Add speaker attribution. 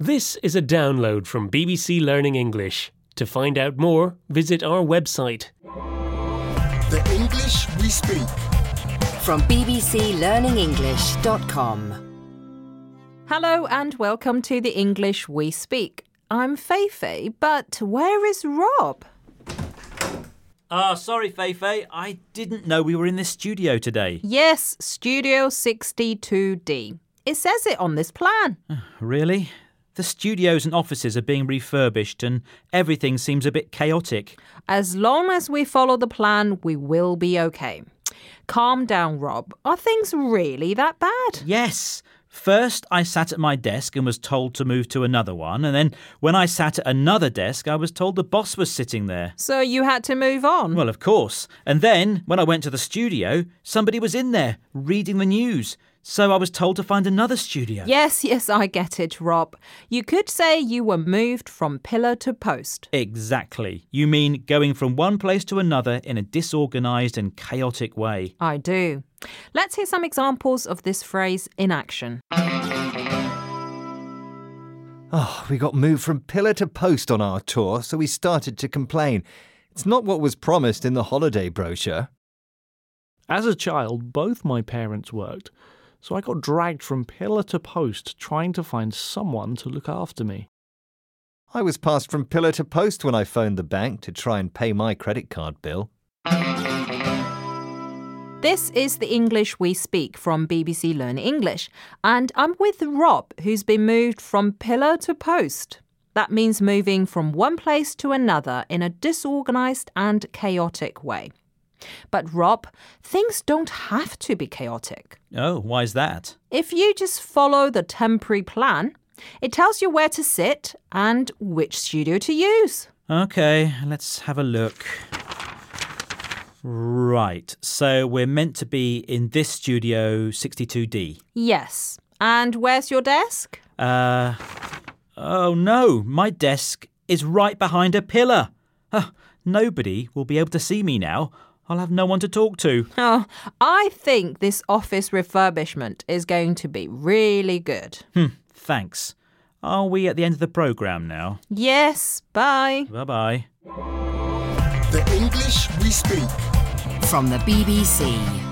Speaker 1: This is a download from BBC Learning English. To find out more, visit our website.
Speaker 2: The English we speak.
Speaker 3: from bbclearningenglish.com.
Speaker 4: Hello and welcome to the English We Speak. I'm Feifei, but where is Rob?
Speaker 5: Ah, sorry, Feifei. I didn't know we were in this studio today.
Speaker 4: Yes, Studio 62D. It says it on this plan.
Speaker 5: Really? The studios and offices are being refurbished and everything seems a bit chaotic.
Speaker 4: As long as we follow the plan, we will be okay. Calm down, Rob. Are things really that bad?
Speaker 5: Yes. First, I sat at my desk and was told to move to another one, and then when I sat at another desk, I was told the boss was sitting there.
Speaker 4: So you had to move on.
Speaker 5: Well, of course. And then, when I went to the studio, somebody was in there reading the news. So I was told to find another studio.
Speaker 4: yes, yes, I get it, Rob. You could say you were moved from pillar to post.
Speaker 5: Exactly. You mean going from one place to another in a disorganised and chaotic way.
Speaker 4: I do. Let's hear some examples of this phrase in action.
Speaker 6: Oh, we got moved from pillar to post on our tour, so we started to complain. It's not what was promised in the holiday brochure.
Speaker 7: As a child, both my parents worked, so I got dragged from pillar to post trying to find someone to look after me.
Speaker 6: I was passed from pillar to post when I phoned the bank to try and pay my credit card bill.
Speaker 4: This is the English we speak from BBC Learn English, and I'm with Rob, who's been moved from pillar to post. That means moving from one place to another in a disorganized and chaotic way. But Rob, things don't have to be chaotic.
Speaker 5: Oh, why's that?
Speaker 4: If you just follow the temporary plan, it tells you where to sit and which studio to use.
Speaker 5: Okay, let's have a look. Right, so we're meant to be in this studio 62D.
Speaker 4: Yes. And where's your desk?
Speaker 5: Uh, oh no, my desk is right behind a pillar. Ah, nobody will be able to see me now. I'll have no one to talk to.
Speaker 4: Oh, I think this office refurbishment is going to be really good.
Speaker 5: Hmm, thanks. Are we at the end of the programme now?
Speaker 4: Yes, bye.
Speaker 5: Bye bye.
Speaker 2: The English we speak.
Speaker 3: From the BBC.